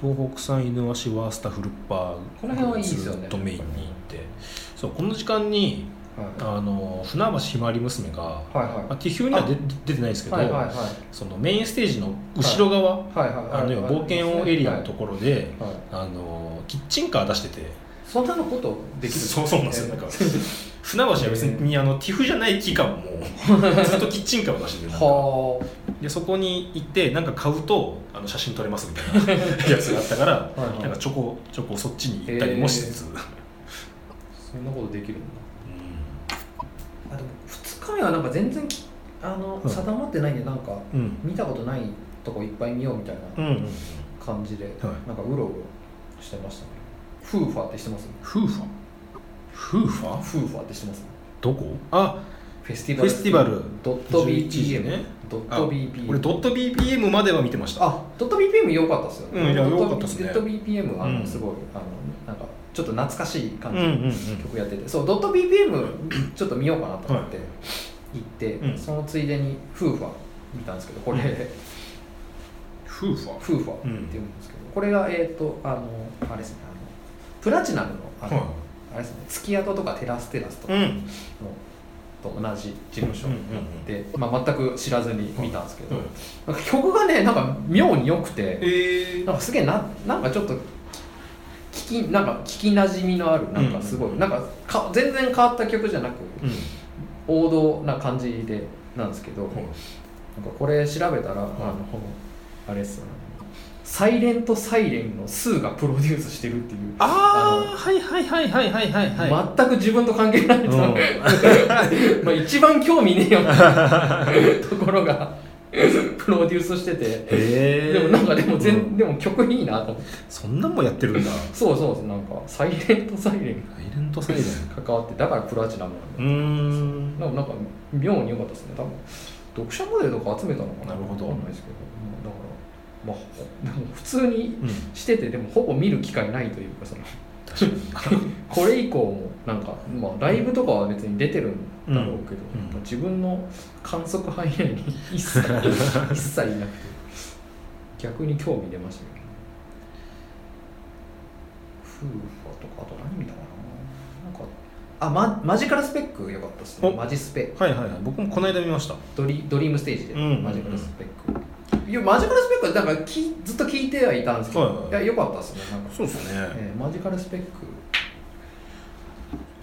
Speaker 1: 東北産犬鷲ワースタフルッパー
Speaker 2: この辺はいいですよね
Speaker 1: ずっとメインにいてそうこの時間に
Speaker 2: はい
Speaker 1: あの船橋ひまわり娘が、
Speaker 2: はい
Speaker 1: まあ、
Speaker 2: は
Speaker 1: TIFF には出出てないですけ
Speaker 2: い
Speaker 1: ど、
Speaker 2: はいはいはい
Speaker 1: そのメインステージの後ろ側、
Speaker 2: はいはいはい
Speaker 1: あの要は冒険王エリアのと
Speaker 2: こ、
Speaker 1: ころで、
Speaker 2: はいはい
Speaker 1: あのキッチンカー出してて
Speaker 2: そんなのことできる
Speaker 1: そうそうなんですよなんか船橋は別に、あの TIFF じゃない期 間もずっとキッチンカーを出しててなんか
Speaker 2: は
Speaker 1: でそこに行ってなんか買うとあの写真撮れますみたい なやつがあったから
Speaker 2: あ、はいはい
Speaker 1: なんかちょこちょこそっちに行ったりもしつつ、
Speaker 2: そんなことできるんだあでも2日目はなんか全然きあの、
Speaker 1: うん
Speaker 2: 定まってないんでなんか
Speaker 1: うんうん
Speaker 2: 見たことないとこいっぱい見ようみたい
Speaker 1: うん
Speaker 2: な
Speaker 1: うん
Speaker 2: 感じで、
Speaker 1: はい
Speaker 2: なんかうろうろしてましたねフーファーってしてます
Speaker 1: フーファフーファ
Speaker 2: フーファーってしてます
Speaker 1: どこあ
Speaker 2: フェスティ
Speaker 1: フ
Speaker 2: バル
Speaker 1: ェスティバル
Speaker 2: ドット
Speaker 1: 11時
Speaker 2: BPM、
Speaker 1: ね
Speaker 2: ドット BPM
Speaker 1: 俺ドット BPM までは見てました
Speaker 2: あドット BPM 良かったっすよ
Speaker 1: うんいや
Speaker 2: ドット
Speaker 1: 良かったっすね
Speaker 2: ドット BPM あの、
Speaker 1: うん
Speaker 2: すごいあのなんかちょっと懐かしい感
Speaker 1: うん
Speaker 2: じ
Speaker 1: うん
Speaker 2: の
Speaker 1: うん
Speaker 2: 曲やってて、そうドット BPM ちょっと見ようかなと思って行って、
Speaker 1: うん
Speaker 2: そのついでにフーファ見たんですけどこれ、
Speaker 1: うん
Speaker 2: フ
Speaker 1: フーファ
Speaker 2: ーファって言うんですけど、これがえっ、とあのあれですねあのプラチナムのあの、
Speaker 1: は
Speaker 2: あれですね月宿とかテラステラスと
Speaker 1: い
Speaker 2: か
Speaker 1: う
Speaker 2: の、
Speaker 1: ん
Speaker 2: と同じ事務所
Speaker 1: うんうんうん
Speaker 2: で、まあ、全く知らずに見たんですけど、
Speaker 1: うん
Speaker 2: なんか曲がねなんか妙に良くて、
Speaker 1: え
Speaker 2: なんかすげえななんかちょっと聞きなんか聞きなじみのあるなんかすごい、
Speaker 1: うん
Speaker 2: なんかか全然変わった曲じゃなく
Speaker 1: うん
Speaker 2: 王道な感じでなんですけど、なんか
Speaker 1: は
Speaker 2: これ調べたら、あのあれっすねサイレントサイレンのスーがプロデュースしてるっていう
Speaker 1: ああはいはいはいはいはいはいはい、
Speaker 2: 全く自分と関係 ない、まあ一番興味ねえよっていう ところがプロデュースしてて、
Speaker 1: へえ
Speaker 2: でもなんかでも全、
Speaker 1: うん
Speaker 2: でも曲いいなと思って
Speaker 1: そんなんもやってるんだ
Speaker 2: そうそうそうなんかサイレントサイレン
Speaker 1: サイレントサイレン
Speaker 2: 関わってだからプラチナムなん
Speaker 1: う
Speaker 2: だ
Speaker 1: ーん
Speaker 2: なんか妙に良かったですね多分読者モデルとか集めたのかな
Speaker 1: なるほど
Speaker 2: わかんないですけど、まあ、だからまあほでも普通に
Speaker 1: うん
Speaker 2: しててでもほぼ見る機会ないというかその
Speaker 1: 確かに
Speaker 2: これ以降もなんか、まあ、ライブとかは別に出てるん
Speaker 1: う
Speaker 2: だろうけど、
Speaker 1: んうん
Speaker 2: 自分の観測範囲内に 一切一切いなくて逆に興味出ましたけどねフーファとかあと何見たかななんかあ、ま、マジカルスペックよかったですね
Speaker 1: お
Speaker 2: マジスペ
Speaker 1: はいはいはい僕もこの間見ました
Speaker 2: ドリドリームステージで、
Speaker 1: うんうんうん
Speaker 2: マジカルスペックいやマジカルスペックはなんかきずっと聞いてはいたんですけど、
Speaker 1: はいはいはい
Speaker 2: やよかったですねなんか、
Speaker 1: そうですね
Speaker 2: えーマジカルスペック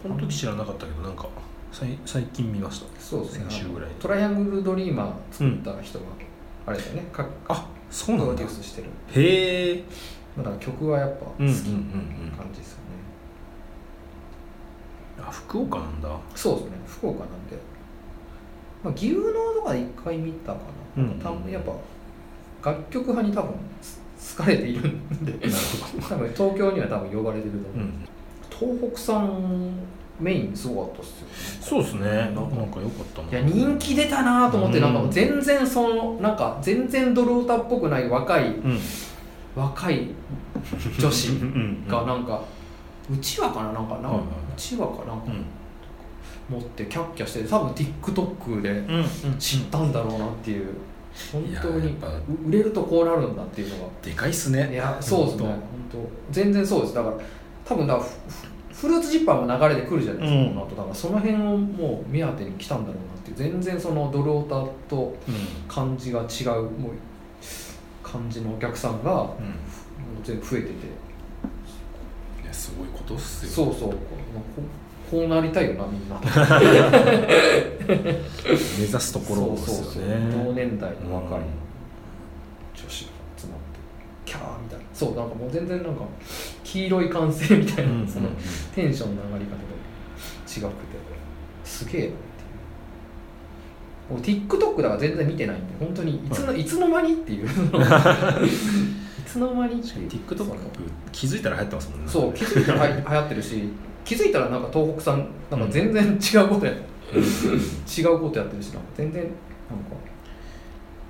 Speaker 1: この時知らなかったけどなんかさい最近見ました
Speaker 2: そうですね
Speaker 1: 先週ぐらい
Speaker 2: あのトライアングルドリーマー作った人が、あれだよねか
Speaker 1: あそ
Speaker 2: プ
Speaker 1: うな
Speaker 2: ロ
Speaker 1: ん
Speaker 2: デ
Speaker 1: だ
Speaker 2: ュースしてる
Speaker 1: へえ
Speaker 2: だから曲はやっぱ好
Speaker 1: う
Speaker 2: き
Speaker 1: んうんう
Speaker 2: なん
Speaker 1: うん
Speaker 2: 感じですよね、
Speaker 1: あ福岡なんだ
Speaker 2: そうですね福岡なんで、まあ、牛能とかで一回見たかな,、
Speaker 1: うん
Speaker 2: 多分やっぱ楽曲派に多分好かれているんで
Speaker 1: なるほ
Speaker 2: 多分東京には多分呼ばれてると
Speaker 1: う
Speaker 2: 思う、
Speaker 1: ん
Speaker 2: 東北産メインすごかったっすよね
Speaker 1: そうですね
Speaker 2: な
Speaker 1: なんん
Speaker 2: か
Speaker 1: か良かったない
Speaker 2: や人気出たなと思って、
Speaker 1: うん
Speaker 2: なんか全然そのなんか全然ドルオタっぽくない若い
Speaker 1: うん
Speaker 2: 若い女子
Speaker 1: うんうん
Speaker 2: がなんか、うちわかななんかな、
Speaker 1: はいうはいはい
Speaker 2: ちわかなんか
Speaker 1: うん
Speaker 2: 持ってキャッキャしてて多分 TikTok で
Speaker 1: うんうん
Speaker 2: 知ったんだろうなっていう本当
Speaker 1: いやや
Speaker 2: に
Speaker 1: っぱ
Speaker 2: う売れるとこうなるんだっていうの
Speaker 1: でかいっす
Speaker 2: がい
Speaker 1: ね
Speaker 2: やそうですね本当全然そうですだから多分だからフフフルーツジッパーも流れてくるじゃないですか、
Speaker 1: うん
Speaker 2: この後だからその辺をもう目当てに来たんだろうなっていう全然そのドルオタと
Speaker 1: うん
Speaker 2: 感じが違うもう感じのお客さんがも
Speaker 1: うん
Speaker 2: う全部増えてて
Speaker 1: いやすごいことっすよ
Speaker 2: そうそうこうこうなりたいよなみんな
Speaker 1: 目指すところです
Speaker 2: そうそうそう
Speaker 1: よね
Speaker 2: 同年代の若い、
Speaker 1: うん
Speaker 2: 女子が集まってキャーみたいなそうなんかもう全然なんか黄色い歓声みたいな、
Speaker 1: うんうん
Speaker 2: そのテンションの上がり方が違くてすげえなっていうもう TikTok だから全然見てないんで本当にいつの,、い、つの間にって いういつの間にっていう
Speaker 1: TikTok 気づいたら流行ってますもんね
Speaker 2: そう気づいたらは流行ってるし気づいたらなんか東北さんなんか全然違うことや、違うことやってるしなんか全然なんか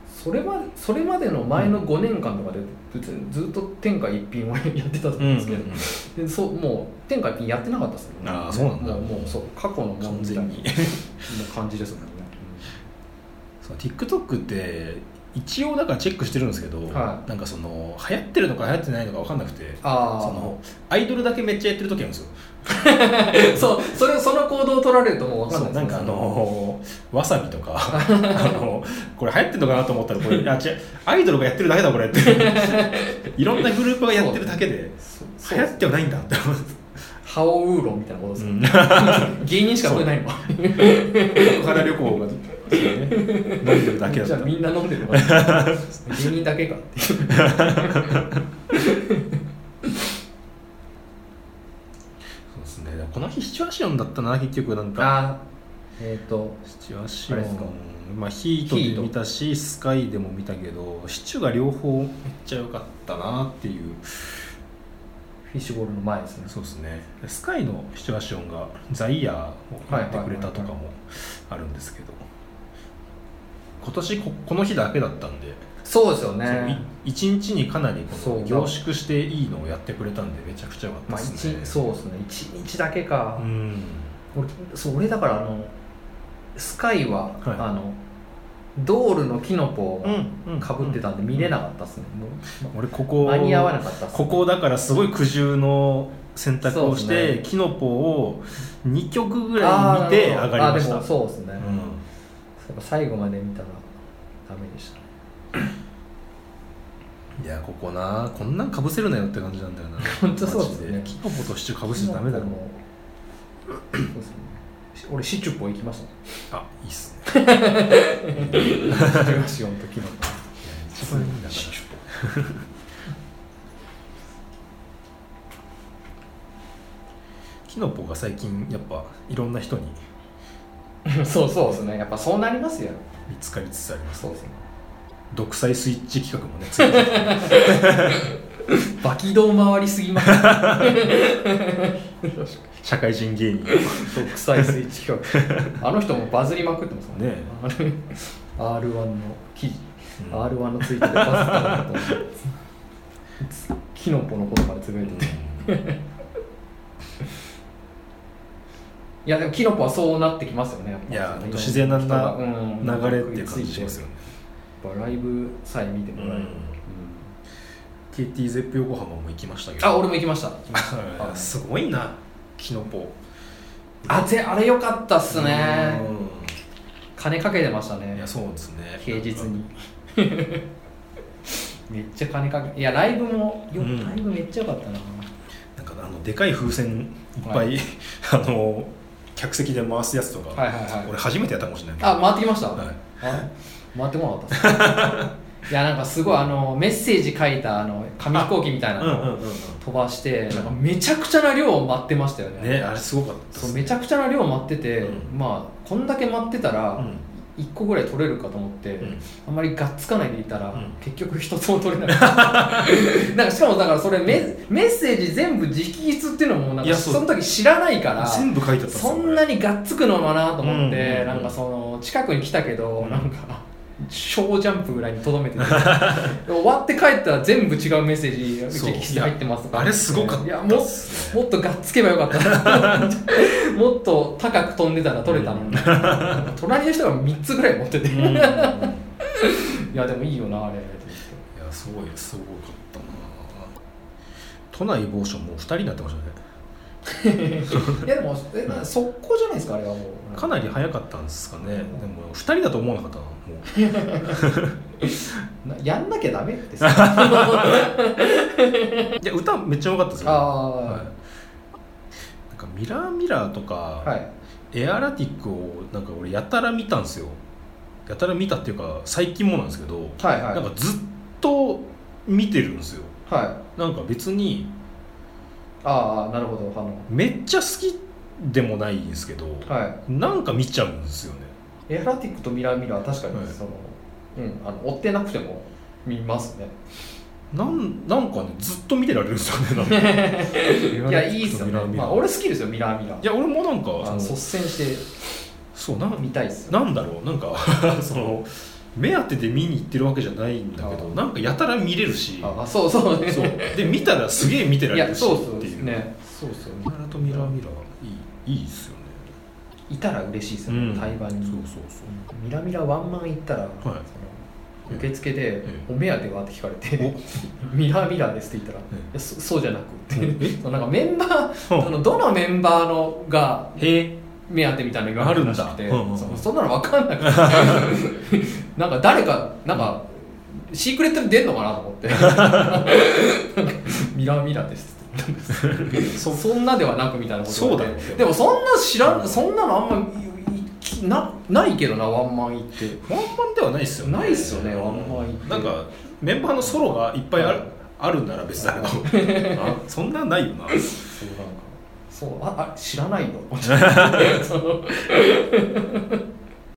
Speaker 2: それまそれまでの前の5年間とかで別にずっと天下一品をやってたと思
Speaker 1: うん
Speaker 2: うん
Speaker 1: う
Speaker 2: ですけど、
Speaker 1: ん
Speaker 2: でそうもう天下一品やってなかったですよね
Speaker 1: あーそうなんだ
Speaker 2: もうもうそう過去のもの
Speaker 1: 完
Speaker 2: みたい
Speaker 1: 全
Speaker 2: な
Speaker 1: に
Speaker 2: 感じですもんね、
Speaker 1: そう TikTok って一応だからチェックしてるんですけど、
Speaker 2: はい
Speaker 1: なんかその流行ってるのか流行ってないのか分かんなくて
Speaker 2: ああ
Speaker 1: そのアイドルだけめっちゃやってる時あるんですよ
Speaker 2: そうそれその行動を取られるともう分
Speaker 1: そう
Speaker 2: かん
Speaker 1: な
Speaker 2: ない
Speaker 1: ん
Speaker 2: です
Speaker 1: かあのーわさびとか あのこれ流行ってんのかなと思ったらこ れあ違うアイドルがやってるだけだこれっていろんなグループがやってるだけで
Speaker 2: そ
Speaker 1: 流行
Speaker 2: そう
Speaker 1: ってはないんだって思って
Speaker 2: ハオウーロンみたいなことです
Speaker 1: う
Speaker 2: か、
Speaker 1: ん
Speaker 2: 芸人しか来れないの
Speaker 1: 小原旅行が、ね、飲んでるだけ
Speaker 2: じ
Speaker 1: だ
Speaker 2: ゃあ
Speaker 1: った
Speaker 2: みんな飲んでるのかな芸人だ けかっていう
Speaker 1: そうですねでもこの日シチュアシオンだったな結局なんか
Speaker 2: あえっ、と
Speaker 1: シチュアシオ
Speaker 2: あれですか
Speaker 1: ンまあヒートで見たしスカイでも見たけどシチュが両方めっちゃ良かったなっていう
Speaker 2: フィッシュボールの前ですね
Speaker 1: そうですねスカイのシチュアシオンがザイヤーをやってくれたとか
Speaker 2: は
Speaker 1: もあるんですけど今年ここの日だけだったんで、
Speaker 2: そうですよ
Speaker 1: そのい
Speaker 2: ね
Speaker 1: 一日にかなり
Speaker 2: そ
Speaker 1: こ
Speaker 2: う
Speaker 1: の凝縮していいのをやってくれたんでめちゃくちゃ良かった
Speaker 2: まあ
Speaker 1: ですね、
Speaker 2: 一そうですね一日だけ
Speaker 1: う
Speaker 2: か、
Speaker 1: ん
Speaker 2: 俺そう俺だからあのスカイは、
Speaker 1: はい
Speaker 2: あのドールのキノコ
Speaker 1: うん
Speaker 2: かぶってたんで見れなかったですね、もう
Speaker 1: 俺ここ
Speaker 2: 間に合わなかったっすね
Speaker 1: ここだからすごい苦渋の選択をし
Speaker 2: そう
Speaker 1: て、
Speaker 2: ですね
Speaker 1: キノコを2曲ぐらい見て上がりまし
Speaker 2: あーなるほどあーで
Speaker 1: た
Speaker 2: もそうですね、
Speaker 1: う
Speaker 2: やっ
Speaker 1: ん
Speaker 2: ぱ最後まで見たらダメでしたね
Speaker 1: いやここなこんなんかぶせるなよって感じなんだよな
Speaker 2: 本当そうですね
Speaker 1: マジキノコとシチューかぶせちゃダメだろ
Speaker 2: そうですねし俺シチュポ行きましたね
Speaker 1: あいいっすね
Speaker 2: 14の時の
Speaker 1: 一番いいんだから
Speaker 2: シチ
Speaker 1: キノコが最近やっぱいろんな人に
Speaker 2: ュポ そうそうですねやっぱそうなりますよ
Speaker 1: 見つかりつつあります
Speaker 2: そうですね
Speaker 1: 独裁スイッチ企画もねついてて
Speaker 2: バキド回りすぎます
Speaker 1: 社会人芸人ね
Speaker 2: 独裁スイ ッチ企画あの人もバズりまくってますもん
Speaker 1: え
Speaker 2: あれ R1 の記事、
Speaker 1: うん
Speaker 2: R1 のツイートでバズったのかと思ってキノコのことまでつぶやいてていやでもキノコはそうなってきますよねやっぱ
Speaker 1: いやほんと自然な
Speaker 2: 人がうん
Speaker 1: 流れっていう感じしますよね
Speaker 2: やっぱライブさえ見てもら
Speaker 1: う
Speaker 2: える、
Speaker 1: ん KT ゼップ横浜も行きましたけど
Speaker 2: あ俺も行きました
Speaker 1: あすごいなキノコ
Speaker 2: あぜあれ良かったっすね
Speaker 1: う
Speaker 2: 金かけてましたね
Speaker 1: んいやそうですね
Speaker 2: 平日に めっちゃ金かけいやライブも
Speaker 1: う
Speaker 2: よ、
Speaker 1: ん
Speaker 2: ライブめっちゃ良かったな
Speaker 1: なんかあのでかい風船いっぱい、 あの客席で回すやつとか、
Speaker 2: はいはいはい
Speaker 1: 俺初めてやったかもしれない
Speaker 2: あ回ってきました、
Speaker 1: はい
Speaker 2: あ回ってこな かったっすいやなんかすごいあのメッセージ書いたあの紙飛行機みたいな
Speaker 1: うん
Speaker 2: の
Speaker 1: うんうん
Speaker 2: 飛ばしてなんかめちゃくちゃな量を待ってましたよ
Speaker 1: う
Speaker 2: ね
Speaker 1: んねあれすごかった
Speaker 2: そうめちゃくちゃな量待ってて、
Speaker 1: うん
Speaker 2: まあこんだけ待ってた
Speaker 1: う
Speaker 2: ら
Speaker 1: ん
Speaker 2: 1個ぐらい取れるかと思って、
Speaker 1: うん
Speaker 2: あんまりがっつかないでいた
Speaker 1: う
Speaker 2: ら、
Speaker 1: ん
Speaker 2: 結局一つも取れ なかったなんかしかもだからそれメッメッセージ全部直筆っていうのもなん
Speaker 1: い
Speaker 2: か
Speaker 1: や
Speaker 2: そ
Speaker 1: そう
Speaker 2: の時知らないから
Speaker 1: 全部書いてあったですよ
Speaker 2: そんな
Speaker 1: こ
Speaker 2: にがっつくのかなと思っ
Speaker 1: うん
Speaker 2: て、
Speaker 1: うんうん
Speaker 2: なんかその近くに来たけど、
Speaker 1: うん
Speaker 2: なんか小ジャンプぐらいにとどめてて終わって帰ったら全部違うメッセージ
Speaker 1: そう
Speaker 2: 直筆入ってますと
Speaker 1: れ
Speaker 2: か
Speaker 1: あれすごかっ
Speaker 2: いや
Speaker 1: た
Speaker 2: もう
Speaker 1: すね
Speaker 2: もっとがっつけばよか ったなもっと高く飛んでたら取れたのに、隣の人が3つぐらい持ってて、
Speaker 1: うんい
Speaker 2: い
Speaker 1: や
Speaker 2: やでもいいよなあれ
Speaker 1: すごいすごかったな都内某所もう2人になってましたね
Speaker 2: いやでもえな速攻じゃないですかあれはもう
Speaker 1: かなり早かったんですかねでも2人だと思わなかったなもう
Speaker 2: なやんなきゃダメです よあ
Speaker 1: いや歌めっちゃ良かったですよはい
Speaker 2: あ
Speaker 1: なんかミラーミラーとか、
Speaker 2: ーはい
Speaker 1: エアラティックをなんか俺やたら見たんですよやたら見たっていうか最近もなんですけど、
Speaker 2: はいはい
Speaker 1: なんかずっと見てるんですよ
Speaker 2: はい
Speaker 1: なんか別に
Speaker 2: ああなるほどあの
Speaker 1: めっちゃ好きでもないんですけど、
Speaker 2: は
Speaker 1: なんか見ちゃうんですよね
Speaker 2: いエアラティックとミラーミラーは確かに
Speaker 1: はい
Speaker 2: その、うんあの追ってなくても見ます ね
Speaker 1: なんなんかねずっと見てられるんですよねなん か
Speaker 2: いやいいっすよね、
Speaker 1: ミラーミラー
Speaker 2: まあ、俺好きですよミラーミラー
Speaker 1: いや俺もなんか
Speaker 2: あの
Speaker 1: そ
Speaker 2: 率
Speaker 1: の
Speaker 2: 先して
Speaker 1: そうなん
Speaker 2: 見たいっすよ
Speaker 1: なんだろうなんか その目当てで見に行ってるわけじゃないんだけど
Speaker 2: あー
Speaker 1: なんかやたら見れるし
Speaker 2: ああそうそうね
Speaker 1: そうで見たらすげえ見てら
Speaker 2: い
Speaker 1: れ
Speaker 2: や
Speaker 1: るし
Speaker 2: そう
Speaker 1: っ
Speaker 2: そう
Speaker 1: て
Speaker 2: で
Speaker 1: い
Speaker 2: す
Speaker 1: う
Speaker 2: ねそうそう
Speaker 1: ミラーとミラーミラーいいいいっすよね
Speaker 2: いたら嬉しいですよね、対バンに
Speaker 1: そうそうそう
Speaker 2: ミラミラワンマン行ったら、その受付で
Speaker 1: え
Speaker 2: 「お目当ては?」って聞かれて「ミラミラです」って言ったら「
Speaker 1: え
Speaker 2: いやそそうじゃなく」って
Speaker 1: え
Speaker 2: そうなんかメンバ
Speaker 1: うん
Speaker 2: ーあのどのメンバーのが
Speaker 1: へえ
Speaker 2: 目当てみたいなの言われるらしくて
Speaker 1: あるんだうんうん
Speaker 2: そうそんなの分か んなくてなんか誰かなんかシークレットに出んのかなと思って 「ミラミラです」って言ったんで すそんなではなくみたいなこと言われて
Speaker 1: そうだよ
Speaker 2: でもそんな知らんそんなのあんまいいなないけどなワンマン行って。
Speaker 1: ワンマンではないっすよね
Speaker 2: ないっすよねワンマン行って
Speaker 1: なんかメンバーのソロがいっぱいある
Speaker 2: はい
Speaker 1: あるんなら別だけ どあそんなないよな
Speaker 2: そうなんかそうああ知らないよその